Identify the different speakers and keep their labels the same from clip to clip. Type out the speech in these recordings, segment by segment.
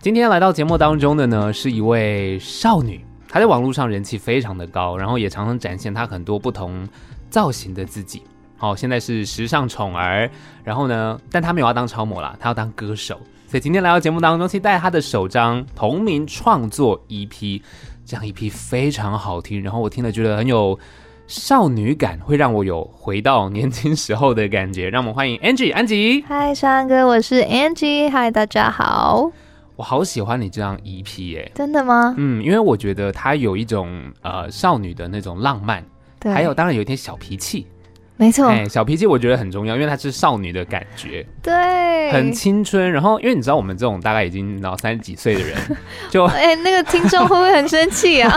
Speaker 1: 今天来到节目当中的呢，是一位少女，她在网络上人气非常的高，然后也常常展现她很多不同造型的自己。好、现在是时尚宠儿，然后呢，但她没有要当超模啦，她要当歌手。所以今天来到节目当中，期待她的首张同名创作 EP，这样一批非常好听，然后我听了觉得很有少女感，会让我有回到年轻时候的感觉。让我们欢迎 Angie 安吉，
Speaker 2: 嗨，山哥，我是 Angie。嗨，大家好。
Speaker 1: 我好喜欢你这张 EP 耶、
Speaker 2: 真的吗？
Speaker 1: 嗯，因为我觉得她有一种呃少女的那种浪漫，
Speaker 2: 对，嗯
Speaker 1: 还有当然有一点小脾气。
Speaker 2: 没错，
Speaker 1: 哎、小脾气我觉得很重要，因为它是少女的感觉，
Speaker 2: 对，
Speaker 1: 很青春。然后因为你知道我们这种大概已经到三十几岁的人， 就
Speaker 2: 哎、那个听众会不会很生气 啊？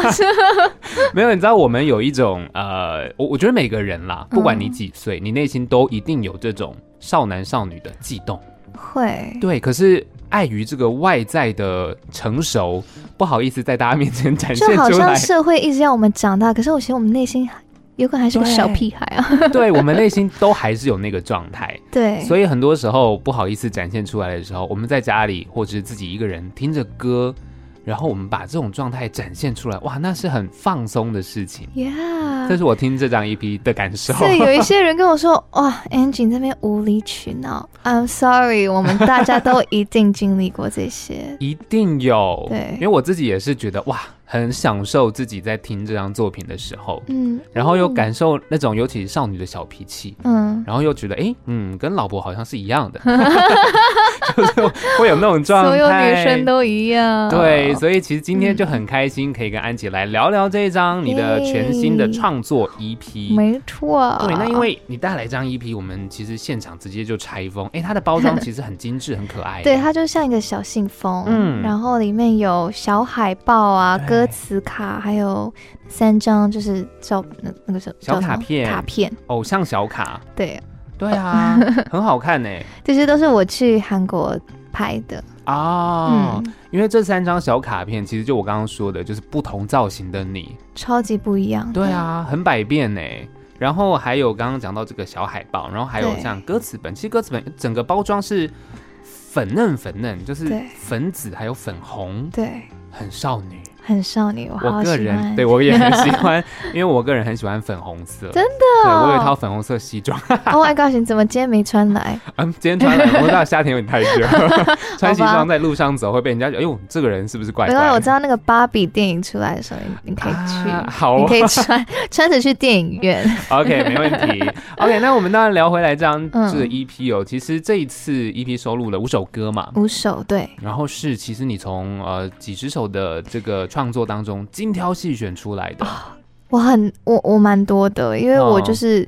Speaker 1: 没有你知道我们有一种呃，我我觉得每个人啦，不
Speaker 2: 嗯
Speaker 1: 管你几岁，你内心都一定有这种少男少女的悸动。
Speaker 2: 会，
Speaker 1: 对，可是。碍于这个外在的成熟，不好意思在大家面前展现
Speaker 2: 就好
Speaker 1: 出来
Speaker 2: 像，社会一直要我们长大，可是我觉得我们内心有可能还是个
Speaker 1: 对
Speaker 2: 小屁孩啊。
Speaker 1: 对我们内心都还是有那个状态。
Speaker 2: 对，
Speaker 1: 所以很多时候不好意思展现出来的时候，我们在家里或者是自己一个人听着歌，然后我们把这种状态展现出来，哇，那是很放松的事情。
Speaker 2: Yeah，
Speaker 1: 这是我听这张 EP 的感受。。
Speaker 2: 对，有一些人跟我说， 哇，Angie 你这边无理取闹。I'm sorry，我们大家都一定经历过这 些
Speaker 1: 一定有，
Speaker 2: 对
Speaker 1: 因为我自己也是觉得哇，很享受自己在听这张作品的时候，
Speaker 2: 嗯，
Speaker 1: 然后又感受那种尤其是少女的小脾气，
Speaker 2: 嗯，
Speaker 1: 然后又觉得哎，嗯，跟老婆好像是一 样的， 就是会有那种状态。
Speaker 2: 所有女生都一样。
Speaker 1: 对，所以其实今天就
Speaker 2: 嗯
Speaker 1: 很开心，可以跟安琪来聊聊这一张你的全新的创作 EP。
Speaker 2: 没错。
Speaker 1: 对，那因为你带来这张 E EP，我们其实现场直接就拆封。哎，它的包装其实很精致，很可爱。
Speaker 2: 对，它就像一个小信封，
Speaker 1: 嗯
Speaker 2: 然后里面有小海报啊、
Speaker 1: 对
Speaker 2: 歌词卡，还有三张就是照那那个叫
Speaker 1: 小
Speaker 2: 叫什么
Speaker 1: 卡片
Speaker 2: 卡片，
Speaker 1: 偶像小卡，
Speaker 2: 对，
Speaker 1: 对 啊，很好看呢。
Speaker 2: 这些都是我去韩国拍的，
Speaker 1: 哦，
Speaker 2: 嗯，
Speaker 1: 因为这三张小卡片，其实就我刚刚说的，就是不同造型的你。
Speaker 2: 超级不一样。
Speaker 1: 对，啊，很百变呢。然后还有刚刚讲到这个小海报，然后还有
Speaker 2: 对
Speaker 1: 像歌词本，其实歌词本整个包装是粉嫩粉嫩，就是
Speaker 2: 对
Speaker 1: 粉紫还有粉红，
Speaker 2: 对，
Speaker 1: 很少女。
Speaker 2: 很少女，我
Speaker 1: 我
Speaker 2: 好
Speaker 1: 个
Speaker 2: 喜
Speaker 1: 人
Speaker 2: 欢。
Speaker 1: 对我也很喜欢， 因为我个人很喜欢粉红色。
Speaker 2: 真
Speaker 1: 的、对我有一套粉红色西装，
Speaker 2: ，Oh my god，你怎么今天没穿来？
Speaker 1: 嗯，今天穿了，我知道夏天有点太 热， 穿西
Speaker 2: 好吧
Speaker 1: 装在路上走会被人家觉得，哎呦，这个人是不是怪
Speaker 2: 没
Speaker 1: 怪的？
Speaker 2: 关系，我知道那个芭比电影出来的时候，你你可以去，
Speaker 1: 啊好
Speaker 2: 你
Speaker 1: 啊
Speaker 2: 可以穿穿着去电影院。
Speaker 1: OK，没 问题。OK，那我们当然聊回来这张
Speaker 2: 嗯
Speaker 1: 这个 EP 哦，其实这一次 EP 收录了五首歌嘛，
Speaker 2: 五首，对，
Speaker 1: 然后是其实你从呃几十首的这个创作当中精挑细选出来的，
Speaker 2: 我很我我蛮多的，因为
Speaker 1: 哦
Speaker 2: 我就是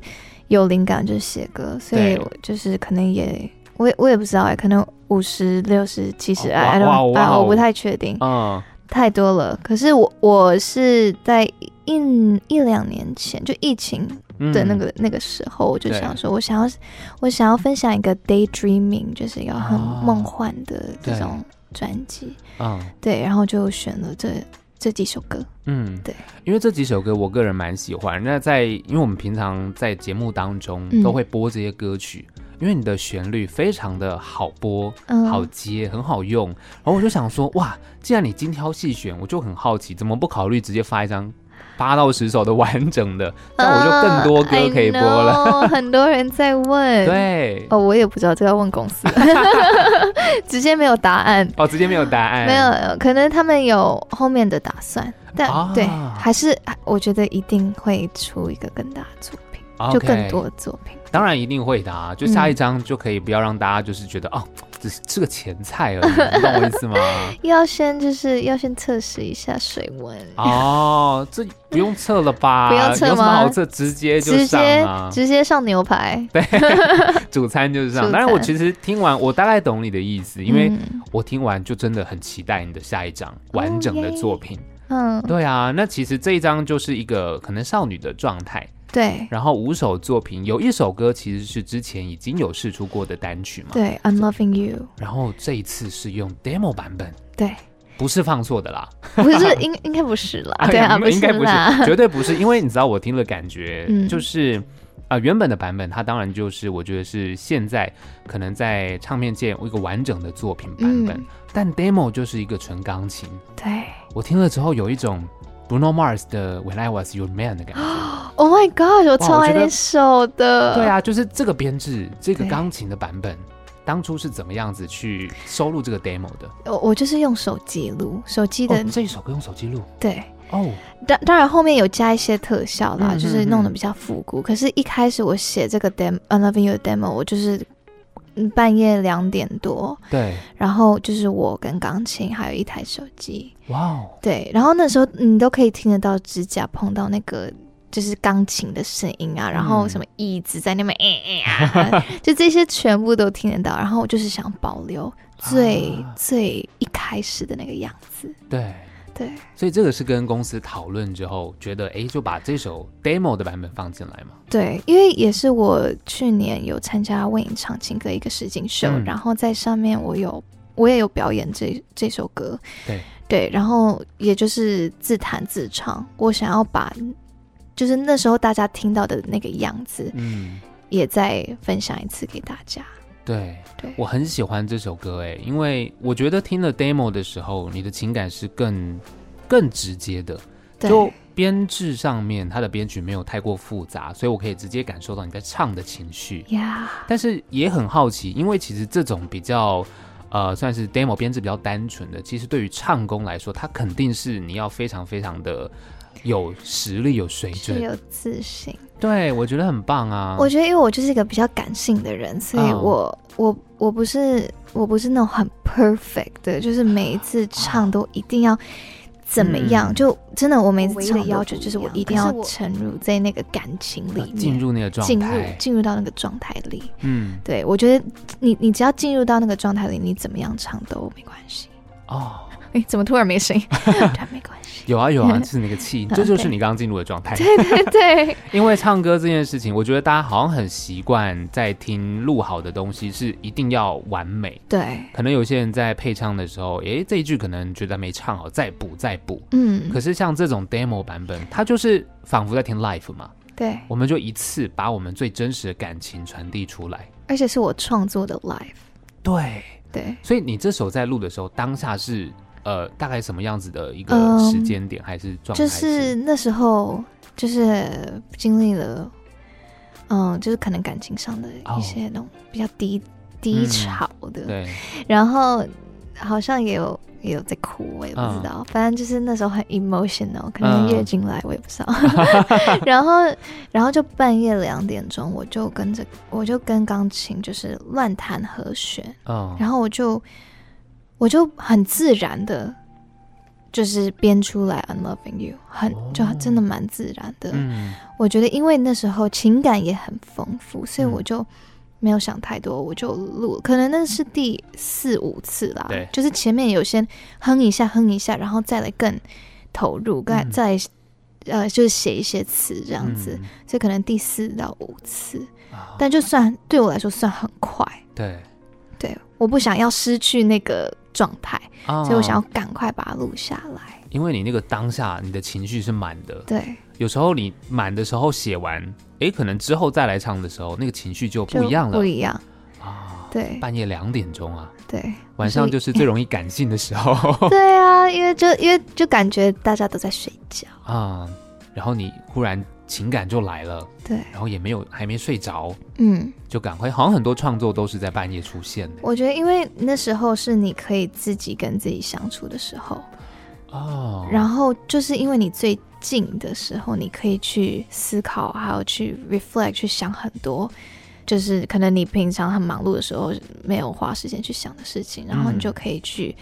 Speaker 2: 有灵感就是写歌，所以
Speaker 1: 对
Speaker 2: 我就是可能也我也我也不知道哎、可能五十六十七十
Speaker 1: 哦
Speaker 2: 哎，I
Speaker 1: 哇哇
Speaker 2: don't 哎
Speaker 1: 哇
Speaker 2: 我不太确定，
Speaker 1: 嗯，
Speaker 2: 太多了。可是我我是在一一两年前就疫情
Speaker 1: 嗯
Speaker 2: 的那个、那个时候，我就
Speaker 1: 对
Speaker 2: 想说我想要我想要分享一个 daydreaming，就是要很
Speaker 1: 哦
Speaker 2: 梦幻的这
Speaker 1: 对
Speaker 2: 种专辑，
Speaker 1: 嗯
Speaker 2: 对，然后就选了这这几首歌，
Speaker 1: 嗯，
Speaker 2: 对，
Speaker 1: 因为这几首歌我个人蛮喜欢。那在因为我们平常在节目当中
Speaker 2: 嗯
Speaker 1: 都会播这些歌曲，因为你的旋律非常的好播，
Speaker 2: 嗯，
Speaker 1: 好接，很好用。然后我就想说，哇，既然你精挑细选，我就很好奇，怎么不考虑直接发一张八到十首的完整的？这样我就更多歌可以播了。
Speaker 2: 啊。I know，很多人在问，，
Speaker 1: 对，
Speaker 2: 哦，我也不知道，这个要问公 司，直接没有答案，
Speaker 1: 哦，直接没有答案，
Speaker 2: 没有，可能他们有后面的打算，但、
Speaker 1: 啊
Speaker 2: 对，还是我觉得一定会出一个更大的作品
Speaker 1: OK
Speaker 2: 就更多。的嗯作品。
Speaker 1: 当然一定会的啊，就下一张就可以不要让大家就是觉得、哦，只是吃个前菜 而已，你懂我意思吗？
Speaker 2: 要先就是要先测试一下水温，
Speaker 1: 哦，这不用测了吧？
Speaker 2: 不用测吗
Speaker 1: 有什么好测？直接就
Speaker 2: 直
Speaker 1: 上
Speaker 2: 接
Speaker 1: 啊，
Speaker 2: 直接上牛排，
Speaker 1: 主餐就是上。
Speaker 2: 主餐
Speaker 1: 当然，我其实听完，我大概懂你的意思，因为
Speaker 2: 嗯
Speaker 1: 我听完就真的很期待你的下一张完整的作品。
Speaker 2: 嗯
Speaker 1: 对啊，那其实这一张就是一个可能少女的状态，
Speaker 2: 对
Speaker 1: 然后五首作品有一首歌其实是之前已经有试出过的单曲嘛，
Speaker 2: 对，I'm loving you，
Speaker 1: 然后这一次是用 demo 版本，
Speaker 2: 对，
Speaker 1: 不是放错的啦，
Speaker 2: 不 是应应该不是啦，对
Speaker 1: 哎呀
Speaker 2: 啊，
Speaker 1: 应该不
Speaker 2: 啦
Speaker 1: 是，，绝对不是，因为你知道我听了感觉
Speaker 2: 嗯
Speaker 1: 就是。啊、原本的版本，它当然就是我觉得是现在可能在唱片界一个完整的作品版本，
Speaker 2: 嗯
Speaker 1: 但 demo 就是一个纯钢琴。
Speaker 2: 对
Speaker 1: 我听了之后有一种 Bruno Mars 的 When I Was Your Man 的感觉。
Speaker 2: ，Oh my God，我超
Speaker 1: 我
Speaker 2: 爱
Speaker 1: 觉得
Speaker 2: 那首的。
Speaker 1: 对，啊，就是这个编制，这个
Speaker 2: 对
Speaker 1: 钢琴的版本，当初是怎么样子去收录这个 demo 的？
Speaker 2: 我我就是用手机录，手机的、
Speaker 1: 哦，这一首歌用手机录
Speaker 2: 对。
Speaker 1: 哦，
Speaker 2: 当当然后面有加一些特效啦，
Speaker 1: 嗯
Speaker 2: 就是弄
Speaker 1: 嗯
Speaker 2: 得
Speaker 1: 嗯
Speaker 2: 比较复古。可是，一开始我写这个 demo《Unloving You》的 demo，我就是嗯半夜两点多，
Speaker 1: 对，
Speaker 2: 然后就是我跟钢琴还有一台手机，
Speaker 1: 哇哦，
Speaker 2: 对，然后那时候你都可以听得到指甲碰到那个。就是钢琴的声音啊，然后
Speaker 1: 嗯
Speaker 2: 什么椅子在那边，哎哎啊就这些全部都听得到。然后我就是想保留最、
Speaker 1: 啊
Speaker 2: 最一开始的那个样子，
Speaker 1: 对。
Speaker 2: 对。
Speaker 1: 所以这个是跟公司讨论之后，觉得哎，就把这首 demo 的版本放进来嘛。
Speaker 2: 对，因为也是我去年有参加魏影唱情歌一个实景秀，
Speaker 1: 嗯
Speaker 2: 然后在上面我有我也有表演这这首歌，
Speaker 1: 对
Speaker 2: 对，然后也就是自弹自唱，我想要把就是那时候大家听到的那个样子，
Speaker 1: 嗯，
Speaker 2: 也再分享一次给大家。
Speaker 1: 对，
Speaker 2: 对，
Speaker 1: 我很喜欢这首歌哎，因为我觉得听了 demo 的时候，你的情感是更更直接的，
Speaker 2: 对
Speaker 1: 就编制上面，它的编曲没有太过复杂，所以我可以直接感受到你在唱的情绪。
Speaker 2: 呀
Speaker 1: 但是也很好奇，因为其实这种比较。呃，算是 demo 编制比较单纯的，其实对于唱功来说，它肯定是你要非常非常的有实力、有水
Speaker 2: 是
Speaker 1: 准。
Speaker 2: 有自信。
Speaker 1: 对，我觉得很棒啊。
Speaker 2: 我觉得，因为我就是一个比较感性的人，所以
Speaker 1: 嗯
Speaker 2: 我、我我不是我不是那种很 perfect 的，就是每一次唱都一定要怎么样，
Speaker 1: 嗯
Speaker 2: 就真的我每次
Speaker 3: 唯一
Speaker 2: 唱的
Speaker 3: 的
Speaker 2: 要
Speaker 3: 都
Speaker 2: 求
Speaker 3: 不
Speaker 2: 就是
Speaker 3: 一
Speaker 2: 我
Speaker 3: 样
Speaker 2: 一定
Speaker 3: 可是
Speaker 2: 要
Speaker 3: 我
Speaker 2: 沉入在那个感情
Speaker 1: 要
Speaker 2: 里
Speaker 1: 进
Speaker 2: 面，
Speaker 1: 入那个状
Speaker 2: 进入
Speaker 1: 态，
Speaker 2: 进入到那个状态里。
Speaker 1: 嗯，
Speaker 2: 对我觉得你你只要进入到那个状态里，你怎么样唱都没关 系。
Speaker 1: 哦，
Speaker 2: 哎，怎么突然没声音？ 对没关系。
Speaker 1: 有啊有 啊，就是那个气，
Speaker 2: 嗯
Speaker 1: 这就是你刚刚进入的状态。
Speaker 2: 对对 对，
Speaker 1: 因为唱歌这件事情，我觉得大家好像很习惯在听录好的东西是一定要完美。
Speaker 2: 对，
Speaker 1: 可能有些人在配唱的时候，诶，这一句可能觉得没唱好，再补再补。
Speaker 2: 嗯
Speaker 1: 可，是像这种 demo 版本，它就是仿佛在听 live 嘛，
Speaker 2: 对，
Speaker 1: 我们就一次把我们最真实的感情传递出来。
Speaker 2: 而且是我创作的 live，
Speaker 1: 对，
Speaker 2: 对。
Speaker 1: 所以你这首在录的时候，当下是呃大概什么样子的一个
Speaker 2: 嗯
Speaker 1: 时间点，还是状态？
Speaker 2: 就是那时候，就是经历了，嗯，就是可能感情上的一些那种比较低、低潮的，
Speaker 1: 哦嗯对，
Speaker 2: 然后好像也有也有在哭，我也不
Speaker 1: 嗯
Speaker 2: 知道，反正就是那时候很 emotional，可能是月经来，我也不 知道。 然后，然后就半夜两点钟，我就跟着我就跟钢琴就是乱弹和弦，
Speaker 1: 嗯，
Speaker 2: 然后我就我就很自然的，就是编出来《Unloving You》，很
Speaker 1: 哦
Speaker 2: 就真的蛮自然的。
Speaker 1: 嗯
Speaker 2: 我觉得因为那时候情感也很丰富，所以
Speaker 1: 嗯
Speaker 2: 我就没有想太多，我就录。可能那是第四五次啦
Speaker 1: 对，
Speaker 2: 就是前面有先哼一下哼一下，然后再来更投入，再、
Speaker 1: 嗯
Speaker 2: 再呃就是写一些词这样子，
Speaker 1: 嗯
Speaker 2: 所以可能第四到五次，
Speaker 1: 啊
Speaker 2: 但就算对我来说算很快。
Speaker 1: 对，
Speaker 2: 对，我不想要失去那个状态，
Speaker 1: 啊
Speaker 2: 所以我想要赶快把它录下来。
Speaker 1: 因为你那个当下，你的情绪是满的。
Speaker 2: 对，
Speaker 1: 有时候你满的时候写完，诶，可能之后再来唱的时候，那个情绪就
Speaker 2: 就
Speaker 1: 不一样了
Speaker 2: 不一样。
Speaker 1: 啊。
Speaker 2: 对
Speaker 1: 半夜两点钟啊，
Speaker 2: 对
Speaker 1: 晚上就是最容易感性的时 候
Speaker 2: 对啊，因为就因为就感觉大家都在睡觉。
Speaker 1: 啊。然后你忽然情感就来了，
Speaker 2: 对，
Speaker 1: 然后也没有还没睡着，
Speaker 2: 嗯，
Speaker 1: 就赶快。好像很多创作都是在半夜出现的
Speaker 2: 我觉得因为那时候是你可以自己跟自己相处的时候，
Speaker 1: 哦。
Speaker 2: 然后就是因为你最近的时候，你可以去思考，还有去 reflect，去想很多。就是可能你平常很忙碌的时候没有花时间去想的事情，然后你
Speaker 1: 嗯
Speaker 2: 就可以去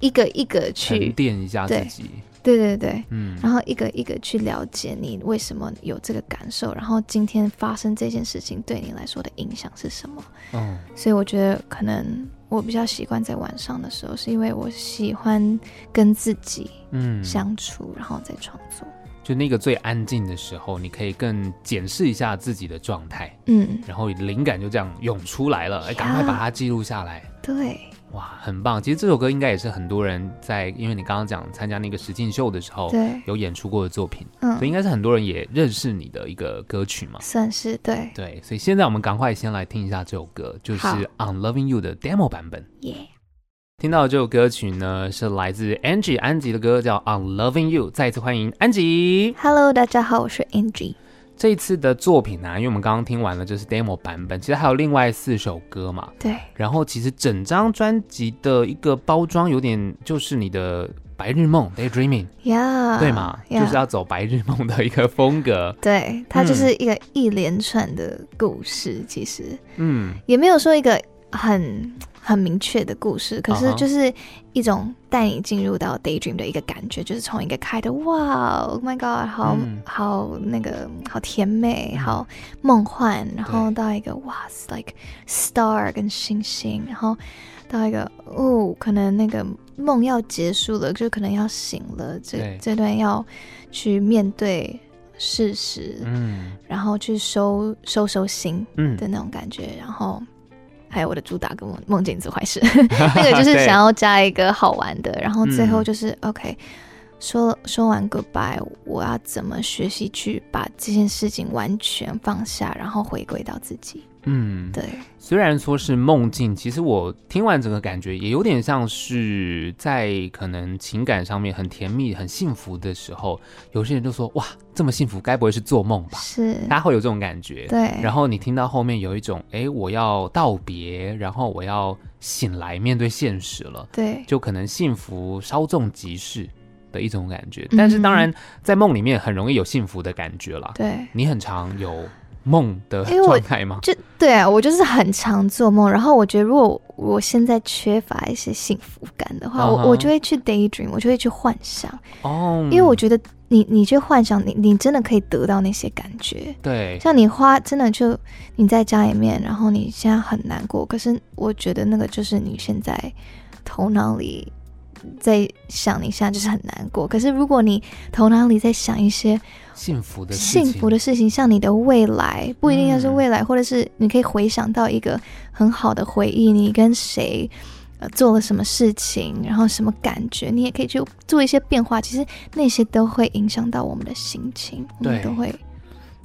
Speaker 2: 一个一个去
Speaker 1: 沉淀一下自
Speaker 2: 对
Speaker 1: 己，
Speaker 2: 对对对，
Speaker 1: 嗯，
Speaker 2: 然后一个一个去了解你为什么有这个感受，然后今天发生这件事情对你来说的影响是什么。
Speaker 1: 嗯，
Speaker 2: 所以我觉得可能我比较习惯在晚上的时候，是因为我喜欢跟自己
Speaker 1: 嗯，
Speaker 2: 相处，然后再创作。
Speaker 1: 就那个最安静的时候，你可以更检视一下自己的状态，
Speaker 2: 嗯，啊
Speaker 1: 然后灵感就这样涌出来了，哎，赶快把它记录下来。
Speaker 2: 对，
Speaker 1: 哇，很棒！其实这首歌应该也是很多人在，因为你刚刚讲参加那个实境秀的时候，
Speaker 2: 对，
Speaker 1: 有演出过的作品，哦所以
Speaker 2: 嗯，
Speaker 1: 应该是很多人也认识你的一个歌曲嘛。
Speaker 2: 算是对，
Speaker 1: 对，所以现在我们赶快先来听一下这首歌，就是
Speaker 2: 好
Speaker 1: 《On Loving You》的 demo 版本。
Speaker 2: 耶、
Speaker 1: 听到这首歌曲呢，是来自 Angie 安吉的歌，叫《On Loving You》。再一次欢迎安吉。
Speaker 2: Hello，大家好，我是 Angie。
Speaker 1: 这一次的作品呢、啊因为我们刚刚听完了就是 demo 版本，其实还有另外四首歌嘛。
Speaker 2: 对，
Speaker 1: 然后其实整张专辑的一个包装有点就是你的白日梦 daydreaming，、
Speaker 2: 呀、
Speaker 1: 对吗？
Speaker 2: 啊呀
Speaker 1: 就是要嗯走白日梦的一个风 格。
Speaker 2: 对，它就是一个一连串的故事，其实
Speaker 1: 嗯，
Speaker 2: 也没有说一个很很明确的故事，可
Speaker 1: 啊
Speaker 2: 是
Speaker 1: 哈
Speaker 2: 就是一种带你进入到 daydream 的一个感觉，就是从一个开头，哇，Oh my God，好、
Speaker 1: 嗯
Speaker 2: 好那个好甜美，
Speaker 1: 嗯
Speaker 2: 好梦幻，然后
Speaker 1: 对
Speaker 2: 到一个哇，like star 跟星星，然后到一个哦，可能那个梦要结束了，就可能要醒了，这
Speaker 1: 对
Speaker 2: 这段要去面对事实，
Speaker 1: 嗯
Speaker 2: 然后去收收收心，
Speaker 1: 嗯，
Speaker 2: 的那种感觉，然后还有我的主打跟梦梦境做坏事， 那个就是想要加一个好玩的，然后最
Speaker 1: 嗯
Speaker 2: 后就是、OK，说说完 goodbye，我要怎么学习去把这件事情完全放下，然后回归到自己？
Speaker 1: 嗯，
Speaker 2: 对，
Speaker 1: 虽然说是梦境，其实我听完整个感觉也有点像是在可能情感上面很甜蜜、很幸福的时候，有些人就说哇，这么幸福，该不会是做梦吧？
Speaker 2: 是，
Speaker 1: 大家会有这种感觉。
Speaker 2: 对，
Speaker 1: 然后你听到后面有一种，哎，我要道别，然后我要醒来面对现实了，
Speaker 2: 对，
Speaker 1: 就可能幸福稍纵即逝的一种感觉。
Speaker 2: 嗯
Speaker 1: 但是当然，在梦里面很容易有幸福的感觉啦。
Speaker 2: 对。
Speaker 1: 你很常有梦的
Speaker 2: 因为我
Speaker 1: 状态吗？
Speaker 2: 就对啊，我就是很常做梦，然后我觉得如果我现在缺乏一些幸福感的话，
Speaker 1: 嗯
Speaker 2: 我
Speaker 1: 哼
Speaker 2: 我就会去 daydream，我就会去幻想，
Speaker 1: 哦，
Speaker 2: 因为我觉得你你去幻想你你真的可以得到那些感觉，
Speaker 1: 对，
Speaker 2: 像你花真的就你在家里面，然后你现在很难过，可是我觉得那个就是你现在头脑里在想，你现在就是很难过。可是如果你头脑里在想一些
Speaker 1: 幸福的事情嗯
Speaker 2: 幸福的事情，像你的未来，不一定要是未来，或者是你可以回想到一个很好的回忆，你跟谁。呃，做了什么事情，然后什么感觉，你也可以去做一些变化。其实那些都会影响到我们的心情，我们
Speaker 1: 对
Speaker 2: 都会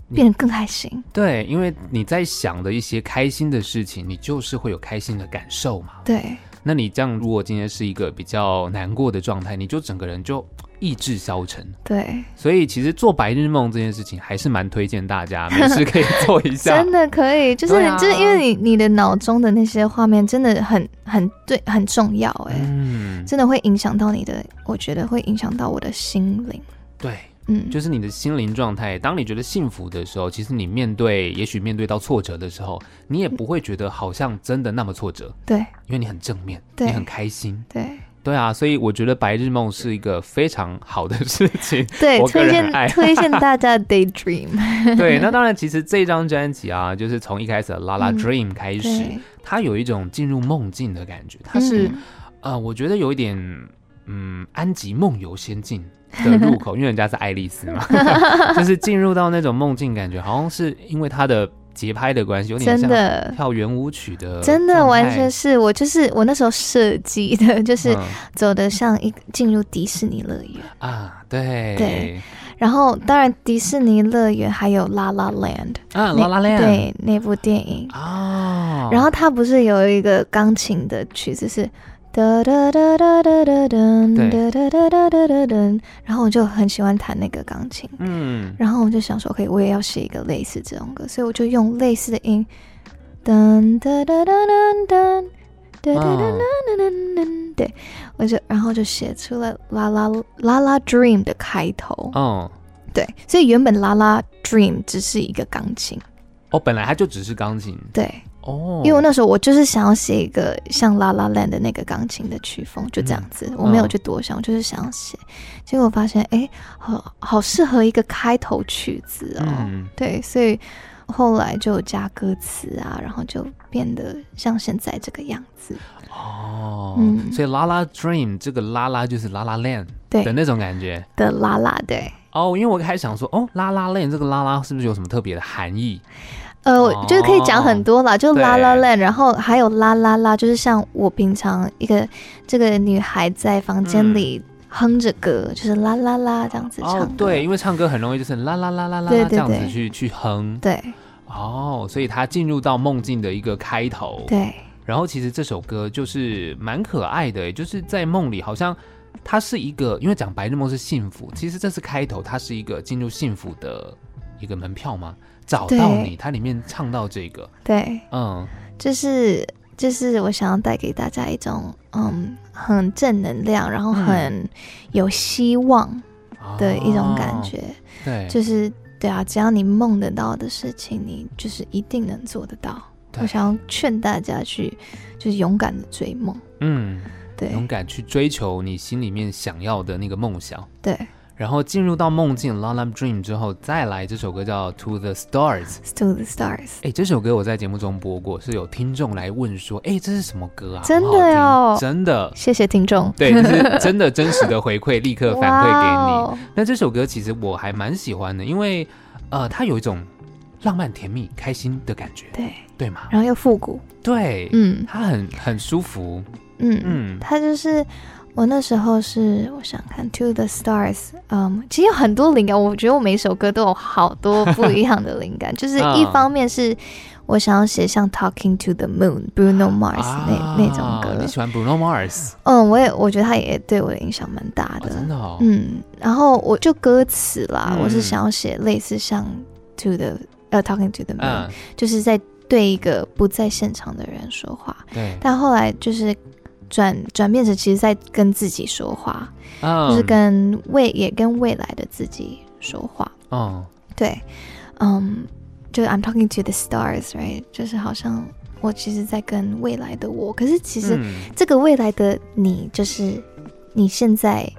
Speaker 1: 你
Speaker 2: 变得更开心。
Speaker 1: 对，因为你在想的一些开心的事情，你就是会有开心的感受嘛。
Speaker 2: 对，
Speaker 1: 那你这样，如果今天是一个比较难过的状态，你就整个人就意志消沉。
Speaker 2: 对，
Speaker 1: 所以其实做白日梦这件事情还是蛮推荐大 家，没事可以做一下。
Speaker 2: 真的可以，就是、
Speaker 1: 对啊
Speaker 2: 就是因为你你的脑中的那些画面真的很很对很重要哎、
Speaker 1: 嗯，
Speaker 2: 真的会影响到你的，我觉得会影响到我的心灵，
Speaker 1: 对，
Speaker 2: 嗯，
Speaker 1: 就是你的心灵状态。当你觉得幸福的时候，其实你面对，也许面对到挫折的时候，你也不会觉得好像真的那么挫折，
Speaker 2: 对
Speaker 1: 因为你很正面，
Speaker 2: 对
Speaker 1: 你很开心。
Speaker 2: 对
Speaker 1: 对啊，所以我觉得白日梦是一个非常好的事 情。
Speaker 2: 对，
Speaker 1: 我个
Speaker 2: 推
Speaker 1: 人
Speaker 2: 荐
Speaker 1: 爱
Speaker 2: 推荐大家 daydream，
Speaker 1: 对，那当然，其实这张专辑啊，就是从一开始的《La La
Speaker 2: 嗯
Speaker 1: Dream》开始，
Speaker 2: 对，
Speaker 1: 它有一种进入梦境的感觉，它是。
Speaker 2: 嗯
Speaker 1: 呃，我觉得有一点，嗯，安吉梦游仙境的入 口，因为人家是爱丽丝嘛， 就是进入到那种梦境感觉，好像是因为它的节拍的关系，有点
Speaker 2: 真
Speaker 1: 像
Speaker 2: 的。
Speaker 1: 跳圆舞曲的状态，
Speaker 2: 真的完全是我，就是我那时候设计的，就是
Speaker 1: 嗯
Speaker 2: 走的像一进入迪士尼乐园，
Speaker 1: 啊，对
Speaker 2: 对然后当然迪士尼乐园还有拉拉 land，
Speaker 1: 啊，拉
Speaker 2: 那
Speaker 1: 拉链
Speaker 2: 对那部电影，
Speaker 1: 啊，
Speaker 2: 然后它不是有一个钢琴的曲子是哒哒哒哒哒哒噔
Speaker 1: 对
Speaker 2: 哒哒哒哒哒哒噔，然后我就很喜欢弹那个钢琴，
Speaker 1: 嗯，
Speaker 2: 然后我就想说，OK，我也要写一个类似这种歌，所以我就用类似的音，噔哒哒哒噔噔，哒哒哒
Speaker 1: 嗯
Speaker 2: 哒噔噔噔，对，我就然后就写出了啦啦啦啦 dream 的开头，
Speaker 1: 哦，
Speaker 2: 对，所以原本啦啦 dream 只是一个钢琴，
Speaker 1: 哦，本来它就只是钢琴
Speaker 2: 对，
Speaker 1: 哦，
Speaker 2: 因为我那时候我就是想要写一个像《La La Land》的那个钢琴的曲风，就这样子，
Speaker 1: 嗯
Speaker 2: 我没有去多想，我就是想要写。结果我发现，哎、好好适合一个开头曲子哦。
Speaker 1: 嗯
Speaker 2: 对，所以后来就加歌词啊，然后就变得像现在这个样子。
Speaker 1: 哦，
Speaker 2: 嗯
Speaker 1: 所以拉拉 dream 这个拉拉就是拉拉链
Speaker 2: 对
Speaker 1: 的那种感觉，
Speaker 2: 的啦啦，对，
Speaker 1: 哦，因为我还想说，哦，拉拉链这个拉拉是不是有什么特别的含义？
Speaker 2: 呃，我就是可以讲很多啦，就
Speaker 1: 哦对
Speaker 2: 啦啦 land，然后还有啦啦啦，就是像我平常一个这个女孩在房间里哼着歌，就是啦啦啦这样子唱
Speaker 1: 嗯哦
Speaker 2: 歌。，
Speaker 1: 对，因为唱歌很容易就是啦啦啦啦啦
Speaker 2: 对对
Speaker 1: 这样子
Speaker 2: 对
Speaker 1: 去去哼
Speaker 2: 对
Speaker 1: 哦，所以他进入到梦境的一个开头。
Speaker 2: 对
Speaker 1: 然后其实这首歌就是蛮可爱的，欸就是在梦里好像它是一个，因为讲白日梦是幸福，其实这是开头，它是一个进入幸福的一个门票嘛。找到
Speaker 2: 对
Speaker 1: 你，它里面唱到这个，
Speaker 2: 对，
Speaker 1: 嗯，
Speaker 2: 就是就是我想要带给大家一种嗯很正能量，然后
Speaker 1: 嗯
Speaker 2: 很有希望的一种感
Speaker 1: 哦，
Speaker 2: 觉，
Speaker 1: 对，
Speaker 2: 就是。对啊，只要你梦得到的事情，你就是一定能做得到。
Speaker 1: 对
Speaker 2: 我想要劝大家去，就是勇敢的追梦。
Speaker 1: 嗯，
Speaker 2: 对
Speaker 1: 勇敢去追求你心里面想要的那个梦想。
Speaker 2: 对
Speaker 1: 然后进入到梦境《La La Dream》之后，再来这首歌叫《To the Stars》。
Speaker 2: ，To the stars，
Speaker 1: 哎，这首歌我在节目中播过，是有听众来问说：“哎，这是什么歌啊？”
Speaker 2: 真的
Speaker 1: 很好听
Speaker 2: 哦
Speaker 1: 真的，
Speaker 2: 谢谢听众。
Speaker 1: 对，就是真的真实的回馈，立刻反馈给你。
Speaker 2: 哇哦
Speaker 1: 那这首歌其实我还蛮喜欢的，因为呃，它有一种浪漫、甜蜜、开心的感觉，
Speaker 2: 对，
Speaker 1: 对吗？
Speaker 2: 然后又复古，
Speaker 1: 对，
Speaker 2: 嗯
Speaker 1: 它很很舒服。
Speaker 2: 嗯
Speaker 1: 嗯
Speaker 2: 嗯，他就是我那时候是我想看 To the Stars，嗯，其实有很多灵感，我觉得我每首歌都有好多不一样的灵感， 就是
Speaker 1: 嗯
Speaker 2: 一方面是我想要写像 Talking to the Moon、Bruno Mars 那、
Speaker 1: 啊
Speaker 2: 那种
Speaker 1: 你
Speaker 2: 歌，
Speaker 1: 喜欢 Bruno Mars
Speaker 2: 嗯，我也我觉得他也对我的影响蛮大
Speaker 1: 哦，
Speaker 2: 的，
Speaker 1: 真的哦，
Speaker 2: 嗯，然后我就歌词啦，
Speaker 1: 嗯
Speaker 2: 我是想要写类似像 To the 呃 Talking to the Moon，、
Speaker 1: 嗯，
Speaker 2: 就是在对一个不在现场的人说话，
Speaker 1: 对，
Speaker 2: 但后来就是转转变成其实在跟自己说话，
Speaker 1: 嗯
Speaker 2: 就是跟未也跟未来的自己说话。
Speaker 1: 嗯
Speaker 2: 对，嗯，就是 I'm talking to the stars，right？就是好像我其实在跟未来的我，可是其实
Speaker 1: 嗯
Speaker 2: 这个未来的你，就是你现在，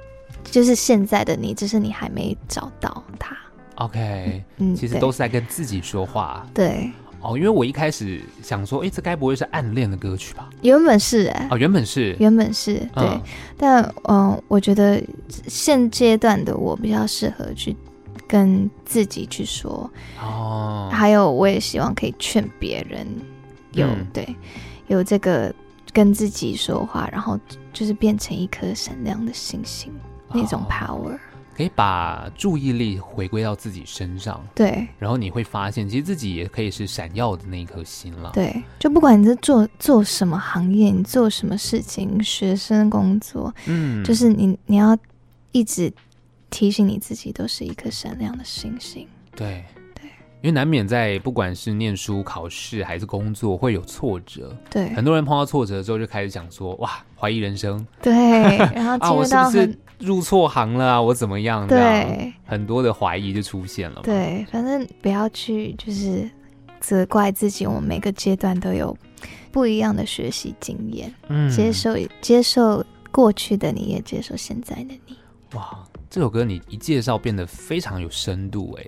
Speaker 2: 就是现在的你，只是你还没找到他。
Speaker 1: OK，
Speaker 2: 嗯，
Speaker 1: 其实
Speaker 2: 对
Speaker 1: 都是在跟自己说话
Speaker 2: 对，
Speaker 1: 哦。因为我一开始想说，哎，这该不会是暗恋的歌曲吧？
Speaker 2: 原本是哎、
Speaker 1: 哦，原本是，
Speaker 2: 原本是对，
Speaker 1: 嗯
Speaker 2: 但嗯、呃我觉得现阶段的我比较适合去跟自己去说，
Speaker 1: 哦，
Speaker 2: 还有我也希望可以劝别人有、
Speaker 1: 嗯
Speaker 2: 对有这个跟自己说话，然后就是变成一颗闪亮的星星、那种
Speaker 1: 哦
Speaker 2: power。
Speaker 1: 可以把注意力回归到自己身上，
Speaker 2: 对
Speaker 1: 然后你会发现，其实自己也可以是闪耀的那一颗星了。，
Speaker 2: 对，就不管你是做做什么行业，你做什么事情，学生工作，
Speaker 1: 嗯
Speaker 2: 就是你你要一直提醒你自己，都是一颗闪亮的星星。
Speaker 1: 对
Speaker 2: 对
Speaker 1: 因为难免在不管是念书、考试还是工作，会有挫折。
Speaker 2: 对，
Speaker 1: 很多人碰到挫折之后，就开始想说：“哇，怀疑人生
Speaker 2: 对，然后
Speaker 1: 啊，
Speaker 2: 进
Speaker 1: 我
Speaker 2: 入
Speaker 1: 是不
Speaker 2: 到很、
Speaker 1: 是入错行了啊？我怎么样？”这样，
Speaker 2: 对
Speaker 1: 很多的怀疑就出现了嘛。，
Speaker 2: 对，反正不要去就是责怪自己，我们每个阶段都有不一样的学习经验，
Speaker 1: 嗯
Speaker 2: 接受接受过去的你，也接受现在的你。
Speaker 1: 哇，这首歌你一介绍变得非常有深度哎，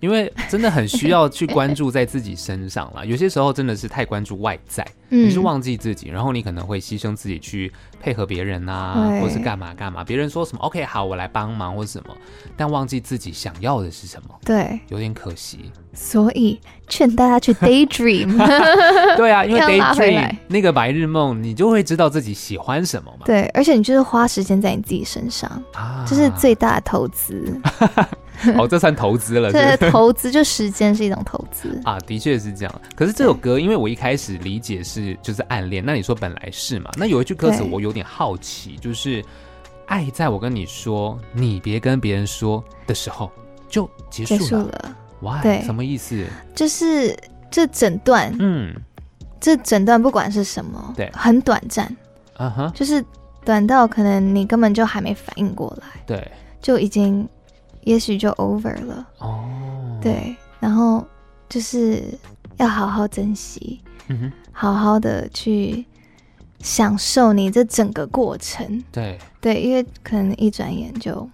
Speaker 1: 因为真的很需要去关注在自己身上啦。有些时候真的是太关注外在，
Speaker 2: 嗯，
Speaker 1: 你是忘记自己，然后你可能会牺牲自己去配合别人啊，
Speaker 2: 对
Speaker 1: 或是干嘛干嘛。别人说什么 OK 好，我来帮忙或什么，但忘记自己想要的是什么，
Speaker 2: 对，
Speaker 1: 有点可 惜。
Speaker 2: 所以劝大 家去 daydream。
Speaker 1: 对啊，因为
Speaker 2: 要拉回
Speaker 1: daydream
Speaker 2: 来
Speaker 1: 那个白日梦，你就会知道自己喜欢什么嘛。
Speaker 2: 对，而且你就是花时间在你自己身上，
Speaker 1: 啊，
Speaker 2: 这是最大的投 资。
Speaker 1: 哦，这算投资了，是不是
Speaker 2: 这投资就时间是一种投资。
Speaker 1: 啊，的确是这样。可是这首歌，因为我一开始理解是就是暗恋，那你说本来是嘛？那有一句歌词
Speaker 2: 对
Speaker 1: 我有点好奇，就是“爱在我跟你说，你别跟别人说”的时候就结
Speaker 2: 结
Speaker 1: 束
Speaker 2: 束
Speaker 1: 了。
Speaker 2: 了，
Speaker 1: 哇，
Speaker 2: 对
Speaker 1: 什么意思？
Speaker 2: 就是这整段
Speaker 1: 嗯，
Speaker 2: 这诊断不管是什么，
Speaker 1: 对
Speaker 2: 很短暂，
Speaker 1: 啊哈，
Speaker 2: 就是短到可能你根本就还没反应过来，
Speaker 1: 对，
Speaker 2: 就已经，也许就 over 了，
Speaker 1: 哦，，
Speaker 2: 对，然后就是要好好珍惜，
Speaker 1: 嗯哼，
Speaker 2: 好好的去享受你这整个过程，
Speaker 1: 对，
Speaker 2: 对，因为可能一转眼就，